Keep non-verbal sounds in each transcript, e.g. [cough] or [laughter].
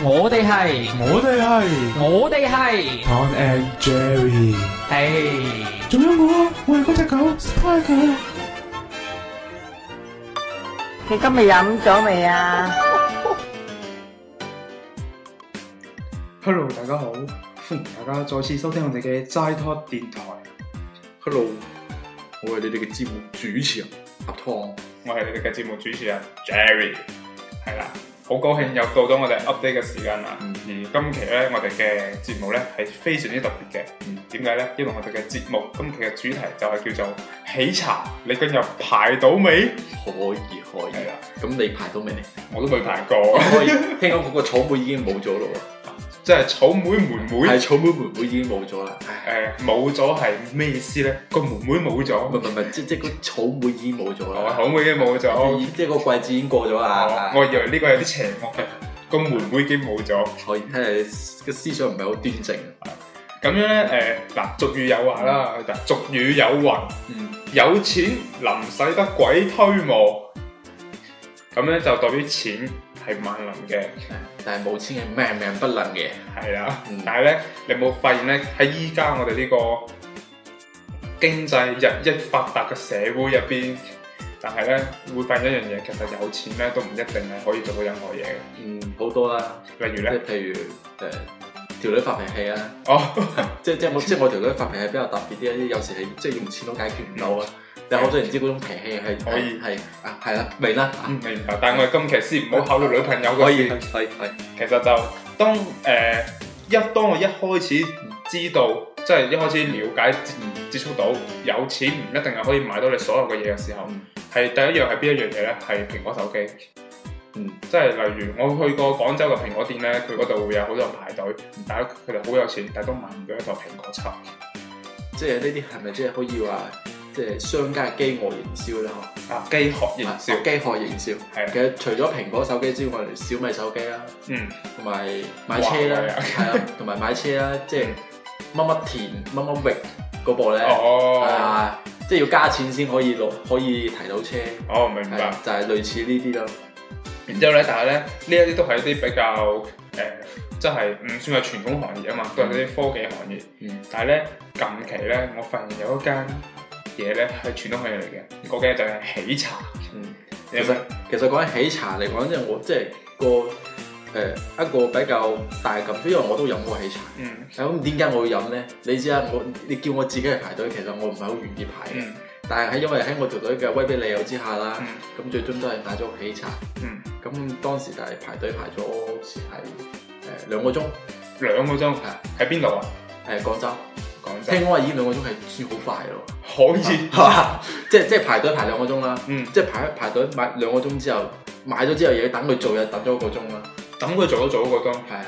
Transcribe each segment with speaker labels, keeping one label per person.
Speaker 1: 我哋係，
Speaker 2: 我哋係
Speaker 1: 我哋係，
Speaker 2: Tom and Jerry，
Speaker 1: 係。
Speaker 2: 仲有我啊，我係嗰只狗 Spy 狗。
Speaker 3: 你今日飲咗未啊？
Speaker 2: Hello，大家好，歡迎大家再次收聽我哋嘅齋 Talk 電台。
Speaker 4: Hello，我係你哋嘅節目主持人阿湯。
Speaker 5: 我係你哋嘅節目主持人 Jerry，係啦，好高興又到咗我哋 update 嘅時間啦。
Speaker 4: 嗯
Speaker 5: 而今期咧，我哋嘅節目咧係非常之特別嘅。點解咧？因為我哋嘅節目今期嘅主題就係叫做喜茶，你今日排到未？
Speaker 4: 可以可以
Speaker 5: 係啦，啊
Speaker 4: 咁你排到未？
Speaker 5: 我都未排過， [laughs]
Speaker 4: 可以，聽講嗰個草莓已經冇咗咯
Speaker 5: 即係草莓妹
Speaker 4: 喎，係
Speaker 5: 妹。
Speaker 4: 草莓妹妹已經冇咗啦。唉
Speaker 5: 誒冇咗係咩意思咧？個妹妹冇
Speaker 4: 啊唔係
Speaker 5: 咗，
Speaker 4: 唔係，即即個草莓已經冇咗
Speaker 5: 我
Speaker 4: 啦，
Speaker 5: 口妹已經
Speaker 2: [laughs]
Speaker 5: 冇咗，
Speaker 4: 已即個季節已經過咗啦
Speaker 5: 我。我以為呢個有啲邪惡嘅，個妹妹已經冇咗。
Speaker 4: 可以睇嚟個思想唔係好端正。
Speaker 5: 咁樣咧，誒嗱，俗語有話啦，嗱俗語有云。
Speaker 4: 嗯，
Speaker 5: 有錢能使得鬼推磨，咁咧就代表錢係萬能嘅，
Speaker 4: 但係冇錢係命命不能嘅。
Speaker 5: 係啦。
Speaker 4: 嗯
Speaker 5: 但係咧，你有冇發現咧？喺依家我哋呢個經濟日益發達嘅社會入邊，但係咧會發現一樣嘢，其實有錢咧都唔一定係可以做到任何嘢嘅。
Speaker 4: 嗯，好多啦，
Speaker 5: 例如
Speaker 4: 即
Speaker 5: 咧
Speaker 4: 係，譬如誒條女發脾氣啊啦。
Speaker 5: 哦， [laughs]
Speaker 4: 即即我即我條女發脾氣比較特別啲，有時係即用錢都解決唔到啊！但係可想而知嗰種脾氣係
Speaker 5: 可以
Speaker 4: 係啊係啦，明啦，
Speaker 5: 嗯明白。但係我哋今期先唔好考慮女朋友嘅
Speaker 4: 可以
Speaker 5: 事。
Speaker 4: 係係
Speaker 5: 其實就當誒、呃一當我一開始知道，即係一開始了解、接接觸到有錢唔一定係可以買到你所有嘅嘢嘅時候
Speaker 4: 嗯，
Speaker 5: 係、第一樣係邊一樣嘢呢？係蘋果手機。
Speaker 4: 嗯，
Speaker 5: 即係例如我去過廣州嘅蘋果店呢，佢嗰度會有好多人排隊，但係佢哋好有錢，但係都買唔到一台蘋果七。
Speaker 4: 即係呢啲係咪即係可以話即係商家嘅飢餓營銷咧？嗬，
Speaker 5: 啊，機殼營銷
Speaker 4: 啊飢渴營銷。
Speaker 5: 係啊
Speaker 4: 其實除咗蘋果手機之外，連小米手機啦，
Speaker 5: 嗯，
Speaker 4: 同埋買車啦，
Speaker 5: 華
Speaker 4: 係啊，同埋買車啦，即係乜乜田乜乜域嗰部咧，
Speaker 5: 哦，
Speaker 4: 啊，即係要加錢先可以攞可以提到車，
Speaker 5: 哦，明
Speaker 4: 係
Speaker 5: 白
Speaker 4: 啊。就係類似呢啲咯。
Speaker 5: 然之後咧，但係咧呢一啲都係一啲比較誒，即係唔算係傳統行業啊嘛，都係啲科技行業。
Speaker 4: 嗯
Speaker 5: 但係咧近期咧，我發現有一間嘢咧係傳統行業嚟嘅，嗰間就係喜茶。
Speaker 4: 嗯。
Speaker 5: 你有
Speaker 4: 其
Speaker 5: 冇
Speaker 4: 實其實講起喜茶嚟講，即係我即係個誒一個比較大感觸，因為我都飲過喜茶。
Speaker 5: 嗯
Speaker 4: 咁點解我會飲呢？你知啦，我你叫我自己去排隊，其實我唔係好願意排嘅。
Speaker 5: 嗯
Speaker 4: 但係喺因為喺我條隊嘅威逼利誘之下啦，
Speaker 5: 嗯
Speaker 4: 咁、最終都係買咗喜茶。
Speaker 5: 嗯，
Speaker 4: 咁當時就係排隊排咗好似係呃誒兩個鐘，
Speaker 5: 兩個鐘
Speaker 4: 係
Speaker 5: 喺邊度啊？
Speaker 4: 誒廣州。
Speaker 5: 廣州
Speaker 4: 聽講話已經兩個鐘係算好快
Speaker 5: [laughs]
Speaker 4: 咯， [laughs]
Speaker 5: 可以。
Speaker 4: 係嘛？即係即係排隊排兩個鐘啦，
Speaker 5: 嗯，
Speaker 4: 即係排排隊買兩個鐘之後，買咗之後又要等佢做，又等咗一個鐘啦。
Speaker 5: 等佢做咗做嗰個鐘，
Speaker 4: 係啊，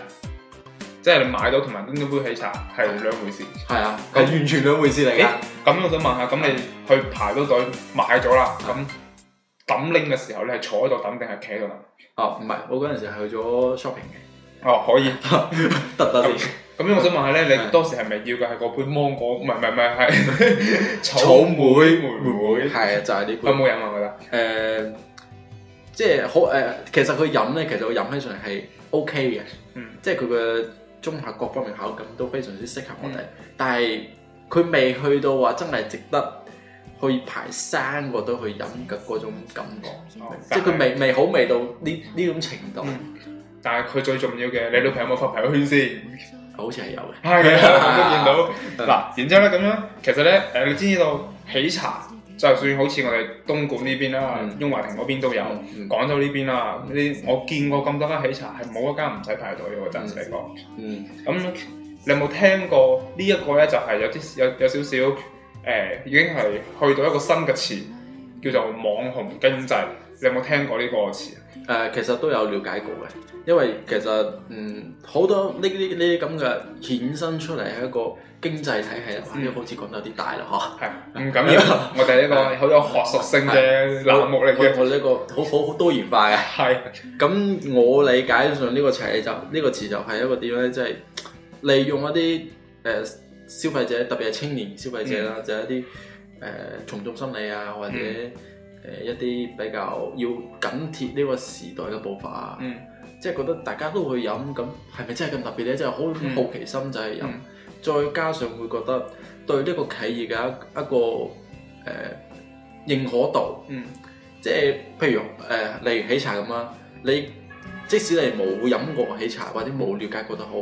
Speaker 5: 即係你買到同埋拎咗杯喜茶係兩回事。
Speaker 4: 係啊，
Speaker 5: 咁
Speaker 4: 係完全兩回事嚟
Speaker 5: 誒
Speaker 4: 㗎。
Speaker 5: 咁我想問下，咁你去排到隊買咗啦，咁抌拎嘅時候你係坐喺度抌定係企喺度抌？
Speaker 4: 哦，唔係，我嗰陣時係去咗 shopping
Speaker 5: 哦，可以。
Speaker 4: 嘅，得得 [laughs] 先。
Speaker 5: 咁我想問下咧，
Speaker 4: 係
Speaker 5: 你當時係咪要嘅係嗰杯芒果？唔係唔係唔係，
Speaker 4: [laughs]
Speaker 5: 係
Speaker 4: 莓
Speaker 5: 莓莓妹。
Speaker 4: 係啊，就係呢
Speaker 5: 有冇飲啊？我覺得
Speaker 4: 杯。誒，即係好誒，其實佢飲咧，其實佢飲起上嚟係 OK 嘅，
Speaker 5: 嗯
Speaker 4: 即係佢嘅綜合各方面口感都非常之適合我哋，但係佢未去到話真係值得去排三個都去飲嘅嗰種感覺，
Speaker 5: 哦
Speaker 4: 即係佢未未好味到呢呢種程度，
Speaker 5: 嗯但係佢最重要嘅，你女朋友有冇發朋友圈
Speaker 4: [laughs]
Speaker 5: 先？
Speaker 4: 好似係有嘅。
Speaker 5: 係啊，我都
Speaker 4: 嗯
Speaker 5: 見到。嗱，然之後咧咁樣，其實咧誒，你知唔知道喜茶就算好似我哋東莞呢邊啦
Speaker 4: 嗯、
Speaker 5: 雍華庭嗰邊都有，
Speaker 4: 嗯
Speaker 5: 廣州呢邊啦，呢啲我見過咁多間喜茶係冇一間唔使排隊嘅喎，暫時嚟講。
Speaker 4: 嗯。
Speaker 5: 咁你有冇聽過呢一個咧？就係有啲有有少少誒、呃已經係去到一個新嘅詞，叫做網紅經濟。你有冇聽過呢個詞？
Speaker 4: 誒、其實都有了解過嘅，因為其實嗯好多呢啲呢啲咁嘅衍生出嚟係一個經濟體系啦，哇呢、
Speaker 5: 嗯
Speaker 4: 個好似講得有啲大啦嚇。
Speaker 5: 係唔緊要，
Speaker 4: [laughs]
Speaker 5: 我哋呢個好有學術性嘅欄目嚟嘅。
Speaker 4: 我我呢個好好好多元化嘅。
Speaker 5: 係
Speaker 4: 咁我理解上呢個詞就呢、個詞就係一個點咧，即、係、利用一啲誒、呃消費者，特別係青年消費者啦，就係一啲誒、呃、從眾心理啊，或者誒、
Speaker 5: 嗯
Speaker 4: 呃一啲比較要緊貼呢個時代嘅步伐啊。
Speaker 5: 嗯，
Speaker 4: 誒、即係覺得大家都會飲，咁係咪真係咁特別呢？即係好
Speaker 5: 嗯
Speaker 4: 好奇心就係飲，
Speaker 5: 嗯
Speaker 4: 再加上會覺得對呢個企業嘅一一個誒、呃、認可度。
Speaker 5: 嗯
Speaker 4: 即係譬如誒、呃例如喜茶咁啦，你即使你冇飲過喜茶或者冇了解過都好，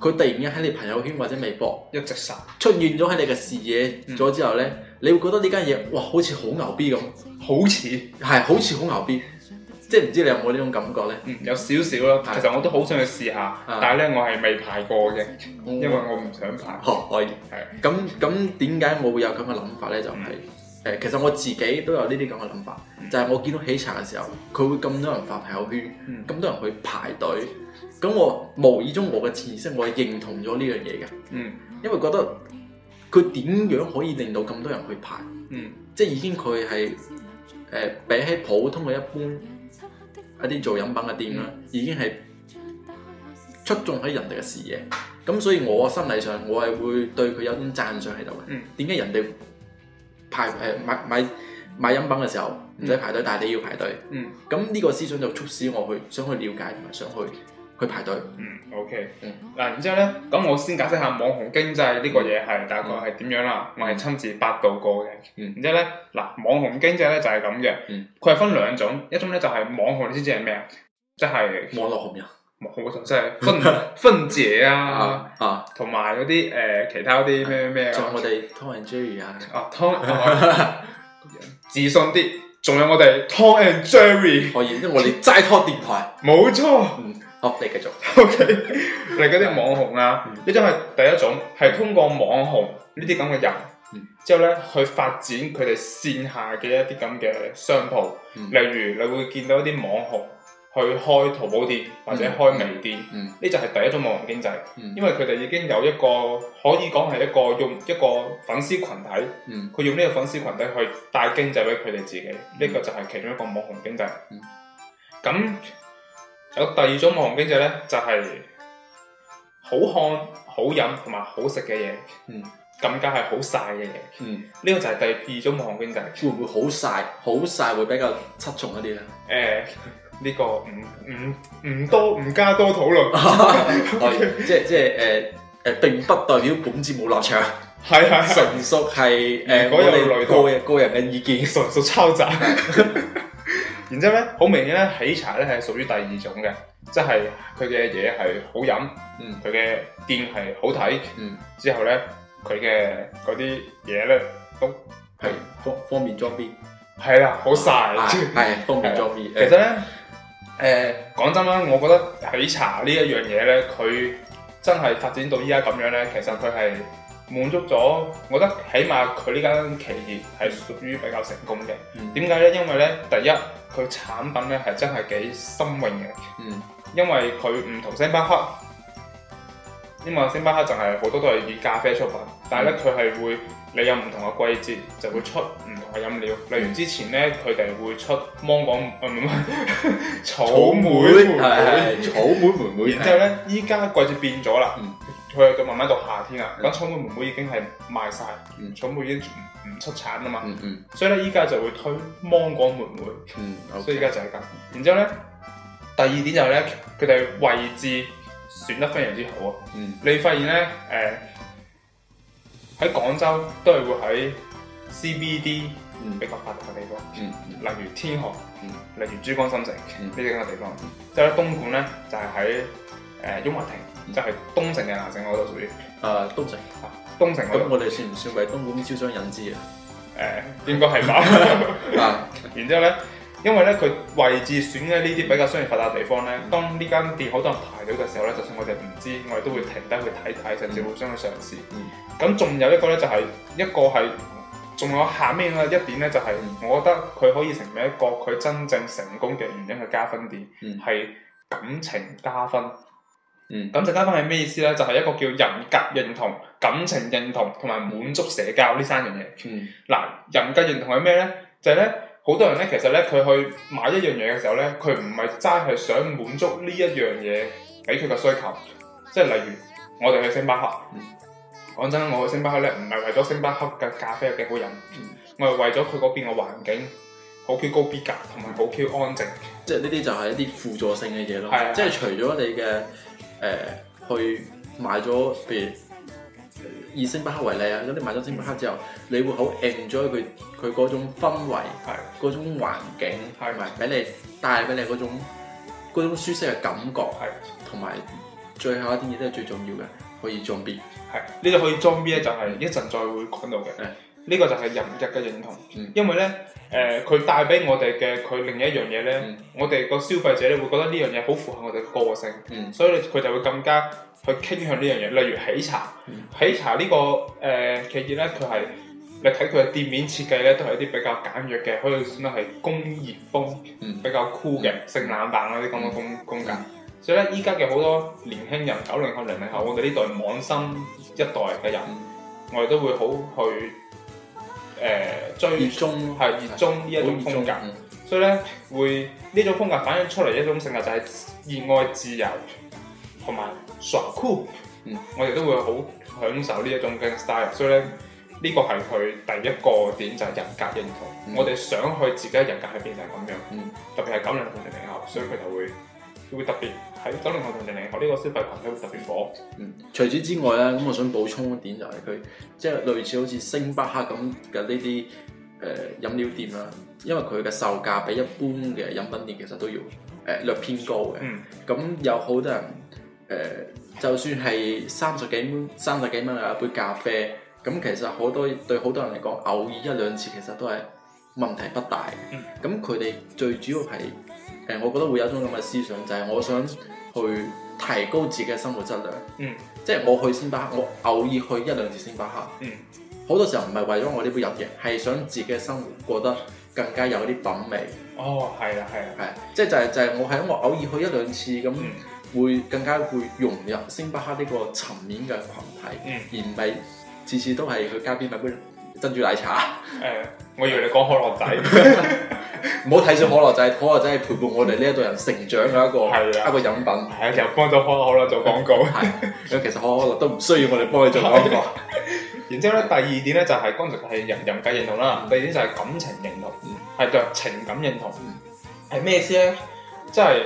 Speaker 4: 佢突然間喺你朋友圈或者微博
Speaker 5: 一直殺，
Speaker 4: 出現咗喺你嘅視野
Speaker 5: 嗯
Speaker 4: 咗之後咧，你會覺得呢間嘢哇好似好牛逼咁，
Speaker 5: 好似
Speaker 4: 係好似好牛逼，即係唔知你有冇呢種感覺咧？
Speaker 5: 嗯有少少啦。
Speaker 4: 係
Speaker 5: 其實我都好想去試下，
Speaker 4: 啊
Speaker 5: 但係咧我係未排過嘅，因為
Speaker 4: 哦
Speaker 5: 我唔想排。
Speaker 4: 可以。
Speaker 5: 係
Speaker 4: 咁咁點解我會有咁嘅諗法咧？就係、
Speaker 5: 嗯
Speaker 4: 誒，其實我自己都有呢啲咁嘅諗法，就係我見到喜茶嘅時候，佢會咁多人發朋友圈，
Speaker 5: 嗯
Speaker 4: 咁多人去排隊，咁我無意中我嘅潛意識我係認同咗呢樣嘢嘅，
Speaker 5: 嗯
Speaker 4: 因為覺得佢點樣可以令到咁多人去排，
Speaker 5: 嗯
Speaker 4: 即係已經佢係誒比起普通嘅一般一啲做飲品嘅店啦，已經係出眾喺人哋嘅視野。咁所以我心理上我係會對佢有種讚賞喺度嘅。
Speaker 5: 嗯
Speaker 4: 點解人哋排誒、買買買飲品嘅時候唔使排隊，但係你要排隊？
Speaker 5: 嗯
Speaker 4: 咁呢個思想就促使我去想去了解同埋想去去排隊。
Speaker 5: 嗯，OK
Speaker 4: 嗯。
Speaker 5: 嗱，然之後咧，咁我先解釋下網紅經濟呢個嘢係大概係點樣啦。我係親自百度過嘅。
Speaker 4: 嗯
Speaker 5: 然之後咧，嗱，網紅經濟咧就係咁嘅
Speaker 4: 嗯。
Speaker 5: 佢係分兩種，一種咧就係網紅，你知唔知係咩啊？即係
Speaker 4: 網絡紅人
Speaker 5: 網紅即
Speaker 4: [laughs]
Speaker 5: 係分分姐啊，
Speaker 4: 啊啊，
Speaker 5: 同埋嗰啲誒其他嗰啲咩咩咩
Speaker 4: 仲有
Speaker 5: 啊
Speaker 4: 我哋 Tom and Jerry 啊，
Speaker 5: 啊湯啊
Speaker 4: [laughs]
Speaker 5: 自信啲，仲有我哋 Tom and Jerry，
Speaker 4: 可以，因為我哋齋拖電台。
Speaker 5: 冇錯。
Speaker 4: 嗯，好，你繼續。
Speaker 5: O.K. 你嗰啲網紅啊，
Speaker 4: 嗯
Speaker 5: 呢種係第一種，係通過網紅呢啲咁嘅人
Speaker 4: 嗯，
Speaker 5: 之後咧去發展佢哋線下嘅一啲咁嘅商鋪，
Speaker 4: 嗯
Speaker 5: 例如你會見到一啲網紅去開淘寶店或者
Speaker 4: 嗯
Speaker 5: 開微店，
Speaker 4: 嗯
Speaker 5: 呢就係第一種網紅經濟，
Speaker 4: 嗯
Speaker 5: 因為佢哋已經有一個可以講係一個用一個粉絲群體，
Speaker 4: 嗯
Speaker 5: 佢用呢個粉絲群體去帶經濟俾佢哋自己，呢、個就係其中一個網紅經濟
Speaker 4: 嗯。
Speaker 5: 咁、有第二種網紅經濟呢，就係、好看、好飲同埋好食嘅嘢，
Speaker 4: 嗯
Speaker 5: 更加係好晒嘅嘢。呢、
Speaker 4: 嗯。
Speaker 5: 個就係第二種網紅經濟。
Speaker 4: 會唔會好晒？好晒會比較側重一啲
Speaker 5: [laughs]
Speaker 4: 咧？
Speaker 5: 誒、呢、個唔唔唔多唔加多討論，
Speaker 4: 係哦即係即係誒誒，並不代表本節目立
Speaker 5: [laughs]
Speaker 4: 場，
Speaker 5: 係係係
Speaker 4: 純屬係誒
Speaker 5: 如果
Speaker 4: 我
Speaker 5: 有
Speaker 4: 哋
Speaker 5: 雷同
Speaker 4: 個人個人嘅意見。
Speaker 5: 純屬抄襲。 [laughs] 然之後呢，好明顯呢，喜茶呢係屬於第二種嘅，即係佢嘅嘢係好飲，
Speaker 4: 嗯
Speaker 5: 佢嘅店係好睇，
Speaker 4: 嗯，
Speaker 5: 之後呢，佢嘅嗰啲嘢呢，都
Speaker 4: 係方方便裝逼，
Speaker 5: 係啦，好 [laughs] 晒。
Speaker 4: 係係方便裝逼。
Speaker 5: 啊
Speaker 4: 呃
Speaker 5: 其實呢，誒講真啦，我覺得喜茶呢一樣嘢呢，佢真係發展到依家咁樣呢，其實佢係滿足咗，我覺得起碼佢呢間企業係屬於比較成功嘅。
Speaker 4: 嗯
Speaker 5: 點解呢？因為呢，第一佢產品呢係真係幾新穎嘅，
Speaker 4: 嗯
Speaker 5: 因為佢唔同星巴克，因為星巴克就係好多都係以咖啡出品，但係呢，佢係會你有唔同嘅季節就會出唔同嘅飲料，例如之前呢，佢哋會出芒果呃唔係 [laughs] 草莓
Speaker 4: 係
Speaker 5: 莓莓。
Speaker 4: 係草莓妹妹。
Speaker 5: 然之後咧，依家季節變咗啦
Speaker 4: 嗯，
Speaker 5: 佢就慢慢到夏天啦。
Speaker 4: 嗯
Speaker 5: 咁草莓妹妹已經係賣晒
Speaker 4: 嗯，
Speaker 5: 草莓已經唔唔出產啦嘛。
Speaker 4: 嗯嗯
Speaker 5: 所以咧依家就會推芒果妹妹，
Speaker 4: 嗯，好
Speaker 5: 所以依家就係咁。然之後咧，第二點就係咧，佢哋位置選得非常之好啊！
Speaker 4: 嗯
Speaker 5: 你發現咧，誒、喺廣州都係會喺 CBD
Speaker 4: 嗯
Speaker 5: 比較發達嘅地方，
Speaker 4: 嗯
Speaker 5: 例如天河，
Speaker 4: 嗯
Speaker 5: 例如珠江新城
Speaker 4: 嗯
Speaker 5: 呢啲咁嘅地方。之後咧，東莞咧就係喺誒雍華
Speaker 4: 嗯
Speaker 5: 庭，就係東城嘅南城嗰度屬於
Speaker 4: 誒嗯東城，
Speaker 5: 啊東城嗰
Speaker 4: 咁
Speaker 5: 度
Speaker 4: 我哋算唔算為東莞招商引資啊？
Speaker 5: 誒應該
Speaker 4: [laughs]
Speaker 5: 係吧。 [laughs]
Speaker 4: 啊，
Speaker 5: 然之後咧，因為咧佢位置選嘅呢啲比較商業發達嘅地方咧，當呢間店好多人排隊嘅時候咧，就算我哋唔知，我哋都會停低去睇睇，甚至會將佢嘗試。
Speaker 4: 嗯
Speaker 5: 咁仲有一個咧，就係、一個係，仲有下面嘅一點咧，就係、我覺得佢可以成為一個佢真正成功嘅原因嘅加分點，
Speaker 4: 嗯
Speaker 5: 係、感情加分。
Speaker 4: 嗯
Speaker 5: 感情加分係咩意思咧？就係、一個叫人格認同、感情認同同埋滿足社交呢三樣嘢。
Speaker 4: 嗯
Speaker 5: 嗱，人格認同係咩咧？就係咧，好多人咧，其實咧，佢去買一樣嘢嘅時候咧，佢唔係齋係想滿足呢一樣嘢俾佢嘅需求，即係例如我哋去星巴克
Speaker 4: 嗯，
Speaker 5: 講真，我去嗯星巴克咧，唔係為咗星巴克嘅咖啡有幾好飲，我係為咗佢嗰邊嘅環境，好 Q 高逼格，同埋好 Q 安靜。
Speaker 4: 即係呢啲就係一啲輔助性嘅嘢咯
Speaker 5: 係啊。
Speaker 4: 即係除咗你嘅誒、呃去買咗，譬如以星巴克為例啊，咁你買咗星巴克之後，你會好 enjoy 佢佢嗰種氛圍、
Speaker 5: 係
Speaker 4: 嗰種環境，
Speaker 5: 係
Speaker 4: 同埋俾你帶俾你嗰種嗰種舒適嘅感覺，
Speaker 5: 係
Speaker 4: 同埋最後一啲嘢都係最重要嘅，可以裝備。
Speaker 5: 係呢度可以裝 B 咧，就係一陣再會講到嘅
Speaker 4: 嗯。
Speaker 5: 呢個就係人日嘅認同
Speaker 4: 嗯，
Speaker 5: 因為咧誒佢帶俾我哋嘅佢另一樣嘢咧
Speaker 4: 嗯，
Speaker 5: 我哋個消費者咧會覺得呢樣嘢好符合我哋嘅個性。
Speaker 4: 嗯
Speaker 5: 所以佢就會更加去傾向呢樣嘢。例如喜茶，
Speaker 4: 嗯
Speaker 5: 喜茶呢、個誒、呃企業咧，佢係你睇佢嘅店面設計咧，都係一啲比較簡約嘅，可以算得係工業風，
Speaker 4: 嗯
Speaker 5: 比較酷嘅，性冷淡嗰啲咁嘅風風格。所以咧，依家嘅好多年輕人，九零後、零零後，我哋呢代網生一代嘅人，
Speaker 4: 嗯
Speaker 5: 我哋都會好去誒、呃追
Speaker 4: 熱衷
Speaker 5: 係熱衷呢一種風格。
Speaker 4: 嗯
Speaker 5: 所以咧會呢種風格反映出嚟一種性格就係熱愛自由同埋耍酷。
Speaker 4: 嗯，
Speaker 5: 我哋都會好享受呢一種嘅 style。所以咧呢個係佢第一個點就係人格認同。
Speaker 4: 嗯
Speaker 5: 我哋想去自己嘅人格係變成咁樣，
Speaker 4: 嗯
Speaker 5: 特別係九零後同零零後，所以佢就會。會特別喺九零後同零零後呢個消費群體會特別火，
Speaker 4: 嗯，除此之外咧，咁我想補充一點就係佢即係類似好似星巴克咁嘅呢啲誒飲料店啦，因為佢嘅售價比一般嘅飲品店其實都要誒、呃略偏高嘅。
Speaker 5: 嗯，
Speaker 4: 咁有好多人誒、呃就算係三十幾蚊、三十幾蚊有一杯咖啡，咁其實好多對好多人嚟講，偶爾一兩次其實都係問題不大
Speaker 5: 嗯
Speaker 4: 嘅。咁佢哋最主要係誒、呃我覺得會有一種咁嘅思想，就係、我想去提高自己嘅生活質量。
Speaker 5: 嗯，
Speaker 4: 即係我去星巴克，我偶爾去一兩次星巴克。
Speaker 5: 嗯，
Speaker 4: 好多時候唔係為咗我呢杯飲嘅，係想自己嘅生活過得更加有啲品味。
Speaker 5: 哦，係啦，係啦，
Speaker 4: 係，即係就係就係我係因為偶爾去一兩次咁。
Speaker 5: 嗯，
Speaker 4: 會更加會融入星巴克呢個層面嘅
Speaker 5: 嗯
Speaker 4: 群體，而唔係次次都係去街邊買杯珍珠奶茶。 [laughs]
Speaker 5: 誒、我以為你講可樂仔，
Speaker 4: 唔好睇小可樂仔，可樂仔係陪伴我哋呢一代人成長嘅一個
Speaker 5: 係啊
Speaker 4: 一個飲品。
Speaker 5: 係啊，又幫咗可樂可樂做廣告。
Speaker 4: 係，咁其實可樂都唔需要我哋幫你做廣告。
Speaker 5: 然之後咧，第二點咧就係剛才係人人格認同啦，第二點就係感情認同
Speaker 4: 嗯，
Speaker 5: 係對情感認同
Speaker 4: 嗯。
Speaker 5: 係咩意思咧？即係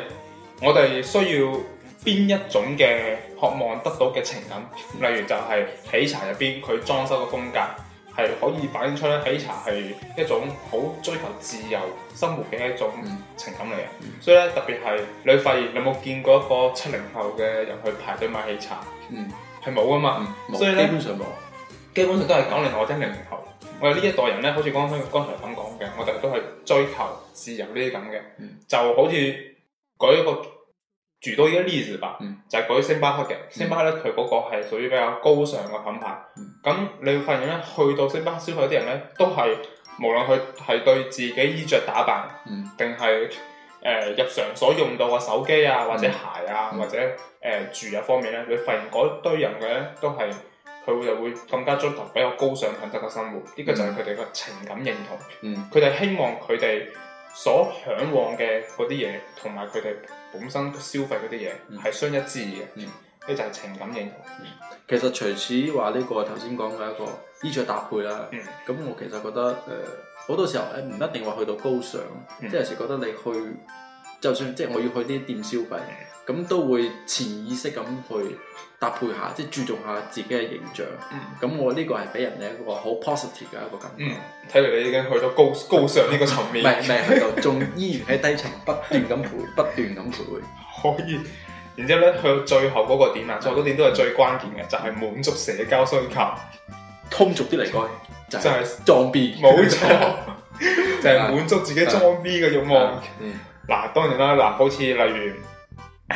Speaker 5: 我哋需要邊一種嘅渴望得到嘅情感，例如就係喜茶入邊佢裝修嘅風格係可以反映出咧，喜茶係一種好追求自由生活嘅一種
Speaker 4: 嗯
Speaker 5: 情感嚟嘅。所以咧，特別係你會發現，你有冇見過一個七零後嘅人去排隊買喜茶？
Speaker 4: 嗯，
Speaker 5: 係冇啊嘛。
Speaker 4: 嗯冇
Speaker 5: 所以
Speaker 4: 基
Speaker 5: 咧
Speaker 4: 本上冇。
Speaker 5: 基本上都係九零後或者零零後。我哋呢一代人咧，好似剛剛剛才咁講嘅，我哋都係追求自由呢啲咁嘅，
Speaker 4: 嗯
Speaker 5: 就好似舉一個住多一個例子吧，
Speaker 4: 嗯
Speaker 5: 就係舉星巴克嘅。星巴克咧，佢嗰個係屬於比較高尚嘅品牌。
Speaker 4: 嗯
Speaker 5: 咁、你會發現咧，去到星巴克消費啲人咧，都係無論佢係對自己衣着打扮，
Speaker 4: 嗯
Speaker 5: 定係誒日常所用到嘅手機啊，或者鞋啊，
Speaker 4: 嗯
Speaker 5: 或者誒、呃住啊方面咧，你發現嗰堆人嘅咧都係佢會就會更加追求比較高尚品質嘅生活，呢、個就係佢哋嘅情感認同，
Speaker 4: 嗯
Speaker 5: 佢哋希望佢哋所向往嘅嗰啲嘢，同埋佢哋本身消費嗰啲嘢
Speaker 4: 嗯
Speaker 5: 係相一致嘅，
Speaker 4: 嗯
Speaker 5: 呢、就係情感認同。
Speaker 4: 其實除此話呢個頭先講嘅一個衣着搭配啦，
Speaker 5: 嗯
Speaker 4: 咁、我其實覺得誒呃好、多時候咧唔一定話去到高尚，
Speaker 5: 嗯
Speaker 4: 即係有時覺得你去就算即係我要去啲店消費，
Speaker 5: 嗯
Speaker 4: 咁、都會潛意識咁去搭配下，即係注重下自己嘅形象。
Speaker 5: 嗯
Speaker 4: 咁、我呢個係俾人哋一個好 positive 嘅一個感覺，
Speaker 5: 嗯，睇嚟你已經去到高高尚呢個層
Speaker 4: 唔 [laughs]
Speaker 5: 面。
Speaker 4: 係唔係去到，仲依然喺低層不斷咁徘
Speaker 5: [laughs]
Speaker 4: 不斷咁徘徊。
Speaker 5: 可以。然之後咧，去到最後嗰個點
Speaker 4: 嗯
Speaker 5: 啦，最後嗰點都係最關鍵嘅，就係、滿足社交需求，
Speaker 4: 通俗啲嚟講，就
Speaker 5: 就
Speaker 4: 係、
Speaker 5: 係
Speaker 4: 裝逼，
Speaker 5: 冇
Speaker 4: [laughs]
Speaker 5: 錯，就係滿足自己裝逼嘅慾望。
Speaker 4: 嗯
Speaker 5: 嗱，當然啦，嗱，好似例如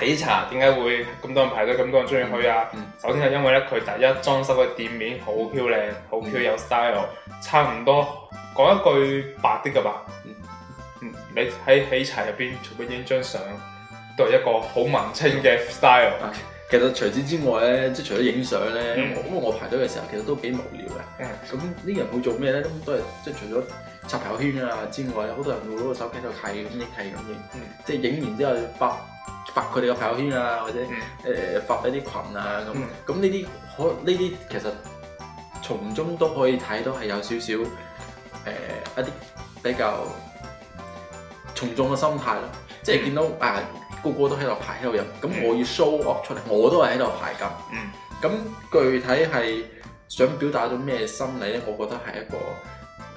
Speaker 5: 喜茶，點解會咁多人排隊，咁多人中意去啊？
Speaker 4: 嗯
Speaker 5: 首先係因為咧，佢第一裝修嘅店面好漂亮，好 Q 有 style，差唔多講一句白啲嘅吧。
Speaker 4: 嗯
Speaker 5: 嗯，你喺喜茶入邊隨便影張相，都係一個好文青嘅 style。
Speaker 4: 其實除此之外咧，即係除咗影相咧，
Speaker 5: 嗯
Speaker 4: 我因為我排隊嘅時候其實都幾無聊嘅。
Speaker 5: 嗯
Speaker 4: 咁啲人會做咩咧？咁都係即係除咗刷朋友圈啊之外，好多人會攞個手機喺度係咁影，係咁影
Speaker 5: 嗯，
Speaker 4: 即係影完之後發發佢哋嘅朋友圈啊，或者誒、
Speaker 5: 嗯
Speaker 4: 發俾啲群啊咁
Speaker 5: 嗯。
Speaker 4: 咁呢啲可呢啲其實從中都可以睇到係有少少誒一啲比較從眾嘅心態咯，即係見到啊個個都喺度排喺度飲，咁我要 show off 出嚟，我都係喺度排緊。
Speaker 5: 嗯
Speaker 4: 咁具體係想表達咗咩心理咧？我覺得係一個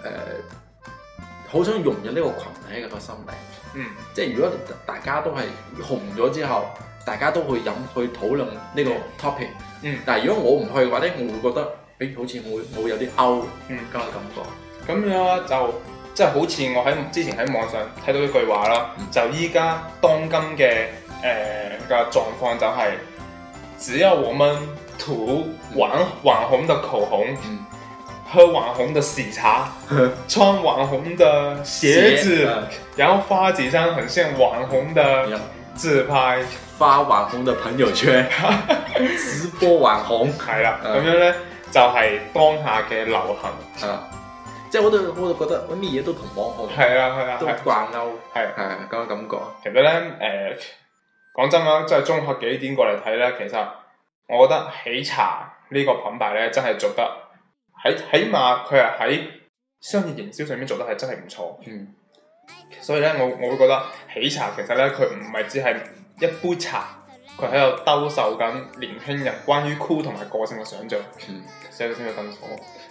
Speaker 4: 誒，好、想融入呢個群體嘅一個心理。
Speaker 5: 嗯
Speaker 4: 即係如果大家都係紅咗之後，大家都去飲去討論呢個 topic。
Speaker 5: 嗯。
Speaker 4: 但係如果我唔去嘅話咧，我會覺得，誒、好似我會我會有啲 out
Speaker 5: 嗯
Speaker 4: 咁嘅感覺。
Speaker 5: 咁樣就即係好似我喺之前喺網上睇到一句話啦，
Speaker 4: 嗯
Speaker 5: 就依家當今嘅誒嘅狀況就係、只要我們圖網網紅的口紅，
Speaker 4: 嗯
Speaker 5: 喝網紅的喜茶，穿網紅的鞋子，
Speaker 4: 呃
Speaker 5: 然後發幾張很像網紅
Speaker 4: 嗯
Speaker 5: 的自拍，
Speaker 4: 發網紅的朋友圈，直播網紅
Speaker 5: 係啦，
Speaker 4: 嗯
Speaker 5: 咁樣呢，就係當下嘅流行，
Speaker 4: 啊！即係我都我都覺得乜嘢都同網紅
Speaker 5: 係啊係啊
Speaker 4: 都
Speaker 5: 係啊
Speaker 4: 掛鈎，
Speaker 5: 係啊。
Speaker 4: 係咁嘅感覺。
Speaker 5: 其實咧，誒、講真啊啦，即係綜合幾點過嚟睇咧，其實我覺得喜茶呢個品牌咧，真係做得喺起碼佢係喺商業營銷上面做得係真係唔錯。
Speaker 4: 嗯
Speaker 5: 所以咧，我我會覺得喜茶其實咧，佢唔係只係一杯茶，佢喺度兜售緊年輕人關於酷同埋個性嘅想像，
Speaker 4: 嗯。
Speaker 5: 所以佢先會咁火。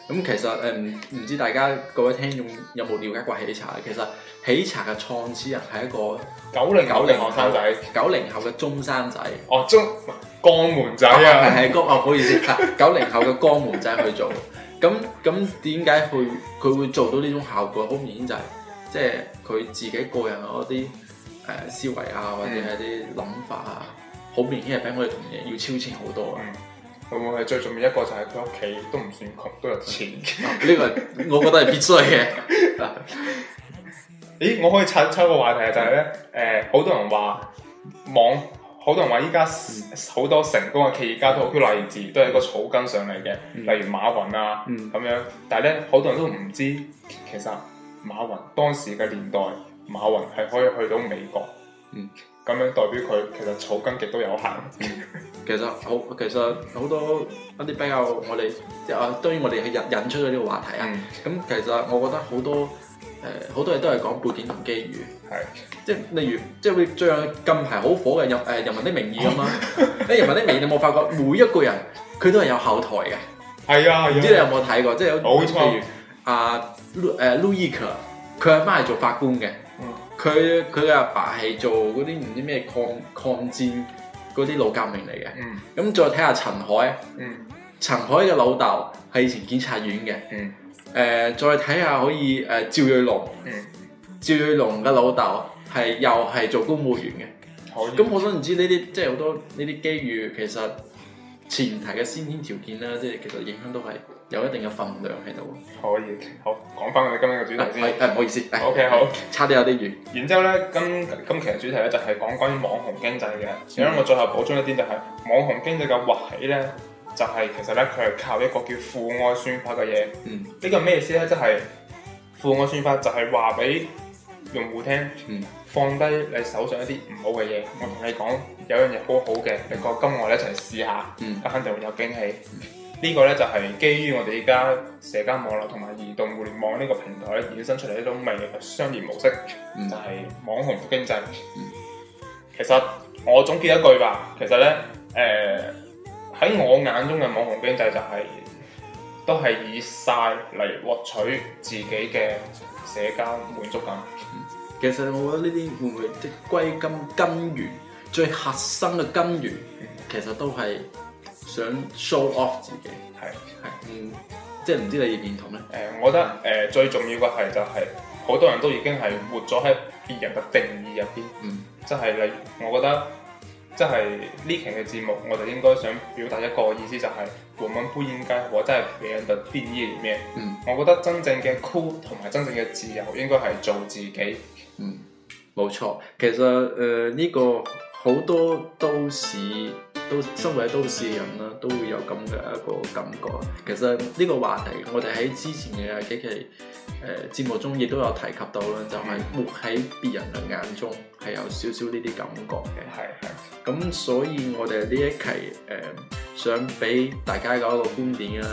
Speaker 4: 咁其實誒唔唔知大家各位聽眾有冇了解過喜茶？其實喜茶嘅創始人係一個
Speaker 5: 九零九零後生仔，
Speaker 4: 九零後嘅中山仔，
Speaker 5: 哦中江門仔 [laughs]
Speaker 4: 係
Speaker 5: 啊，
Speaker 4: 係江啊，唔好意思，九零後嘅江門仔去做。咁咁點解佢佢會做到呢種效果？好明顯就係即係佢自己個人嗰啲誒思維啊，或者係啲諗法啊，好明顯係比我哋同嘢要超前好多啊！
Speaker 5: 嗯，會唔會係最重要一個就係佢屋企都唔算窮，都有錢。 [laughs]
Speaker 4: 呢個我覺得係必須嘅。
Speaker 5: 咦，我可以拆出一個話題啊就係、咧，誒、好多人話網，好多人話依家好多成功嘅企業家都好勵志，都係一個草根上嚟嘅，
Speaker 4: 嗯
Speaker 5: 例如馬雲啊咁、
Speaker 2: 嗯
Speaker 5: 樣。但係咧，好多人都唔知，其實馬雲當時嘅年代，馬雲係可以去到美國，
Speaker 4: 嗯，
Speaker 5: 咁樣代表佢其實草根極都有限。
Speaker 4: 其實好，其實好多一啲比較我哋即係啊，當然我哋係引引出咗呢個話題啊。
Speaker 5: 嗯，
Speaker 4: 咁、其實我覺得好多誒好、多嘢都係講背景同機遇，
Speaker 5: 係，
Speaker 4: 即係例如即係會最近近排好火嘅人誒、人民的名義
Speaker 5: [laughs]
Speaker 4: 咁啦。誒人民的名義你有冇發覺每一個人佢都係有後台嘅？
Speaker 5: 係啊，
Speaker 4: 唔知你有冇睇過？即係有
Speaker 5: 冇錯
Speaker 4: 譬如啊，Lu 誒 Louis 佢阿媽係做法官嘅
Speaker 5: 嗯，
Speaker 4: 佢佢阿爸係做嗰啲唔知咩抗抗戰嗰啲老革命嚟嘅。
Speaker 5: 嗯
Speaker 4: 咁再睇下陳凱，
Speaker 5: 嗯
Speaker 4: 陳凱嘅老豆係以前檢察院嘅。
Speaker 5: 嗯
Speaker 4: 誒、再睇下可以誒、趙瑞龍，
Speaker 5: 嗯，
Speaker 4: 趙瑞龍嘅老豆係又係做公務員嘅。
Speaker 5: 可以。
Speaker 4: 咁我想唔知呢啲即係好多呢啲機遇，其實前提嘅先天條件啦，即係其實影響都係有一定嘅份量喺度。
Speaker 5: 可以，好，講翻我哋今日嘅主題
Speaker 4: 誒
Speaker 5: 先。
Speaker 4: 誒唔好意思，誒
Speaker 5: OK，好。
Speaker 4: 差啲有啲遠。
Speaker 5: 然之後咧，今今期嘅主題咧就係講關於網紅經濟嘅。然後我最後補充一點就係、網紅經濟嘅崛起咧，就係、其實咧佢係靠一個叫父愛算法嘅嘢。
Speaker 4: 嗯
Speaker 5: 呢個咩意思咧？即係父愛算法就係話俾用戶聽，
Speaker 4: 嗯
Speaker 5: 放低你手上一啲唔好嘅嘢，我同你講有樣嘢好好嘅，你過今我哋一齊試下，
Speaker 4: 嗯
Speaker 5: 肯定會有驚喜。呢個咧就係基於我哋而家社交網絡同埋移動互聯網呢個平台衍生出嚟一種微嘅商業模式，
Speaker 4: 嗯
Speaker 5: 就係網紅經濟。
Speaker 4: 嗯
Speaker 5: 其實我總結一句吧，其實咧誒喺我眼中嘅網紅經濟就係、都係以晒嚟獲取自己嘅社交滿足感。
Speaker 4: 其實我覺得呢啲會唔會即係歸根根源最核心嘅根源，其實都係想 show off 自己。
Speaker 5: 係誒、
Speaker 4: 係，嗯，即係唔知你認唔認同咧？
Speaker 5: 我覺得誒、最重要嘅係就係、好多人都已經係活咗喺別人嘅定義入邊，
Speaker 4: 嗯
Speaker 5: 即係例如我覺得即係呢期嘅節目，我哋應該想表達一個意思就係、我們不應該活在別人的定義裡面。
Speaker 4: 嗯
Speaker 5: 我覺得真正嘅酷同埋真正嘅自由應該係做自己。
Speaker 4: 嗯，冇錯。其實誒呃呢、個好多都市都生活喺都市嘅人啦，都會有咁嘅一個感覺。其實呢個話題，我哋喺之前嘅幾期誒、節目中亦都有提及到啦，就係、活喺別人嘅眼中係有少少呢啲感覺嘅。
Speaker 5: 係係。
Speaker 4: 咁所以我哋呢一期誒、想俾大家嘅一個觀點啦，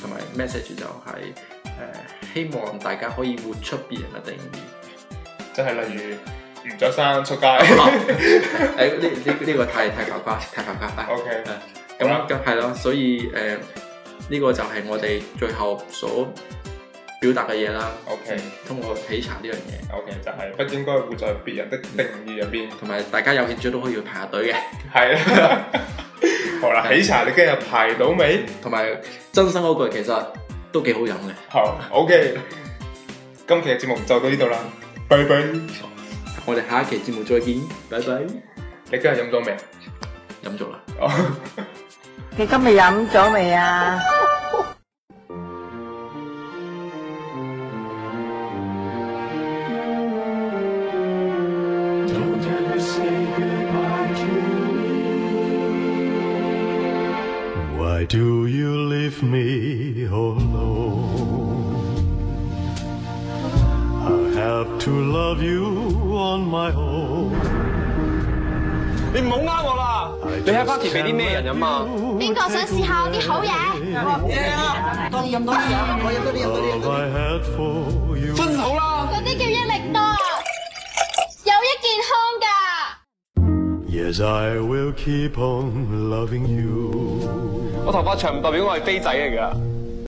Speaker 4: 同埋 message 就係、呃 [laughs] 誒、希望大家可以活出別人嘅定義。
Speaker 5: 即係例如唔着衫出街。
Speaker 4: 誒哎呢呢呢個太太浮誇，太浮誇。係
Speaker 5: OK，
Speaker 4: 咁咁係咯，所以誒呢個就係我哋最後所表達嘅嘢啦。
Speaker 5: OK
Speaker 4: 通過喜茶呢樣嘢，
Speaker 5: OK，就係不應該活在別人的定義入邊。
Speaker 4: 同埋大家有興趣都可以去排下隊嘅，
Speaker 5: 係啦，好啦，喜茶你今日排到未？
Speaker 4: 同埋真心嗰句其實都幾好飲嘅。
Speaker 5: 好，OK，今期嘅節目就到呢度啦，拜拜。
Speaker 4: 我哋下一期節目再見，拜拜。
Speaker 5: 你今日飲咗未？
Speaker 4: 飲咗啦。
Speaker 5: 哦。
Speaker 3: 你今日飲咗未啊？
Speaker 6: Don't ever say goodbye to me. Why do you leave me oh alone? I have to love you on my own.
Speaker 7: 你唔好呃我啦！你喺 party 俾啲咩人飲啊？
Speaker 8: 邊個想試下我啲好嘢？
Speaker 6: All I had for you.
Speaker 7: 分手啦！
Speaker 8: 嗰啲叫益力多，有益健康㗎。
Speaker 6: Yes, I will keep on loving you.
Speaker 7: 我頭髮長唔代表我係飛仔嚟㗎。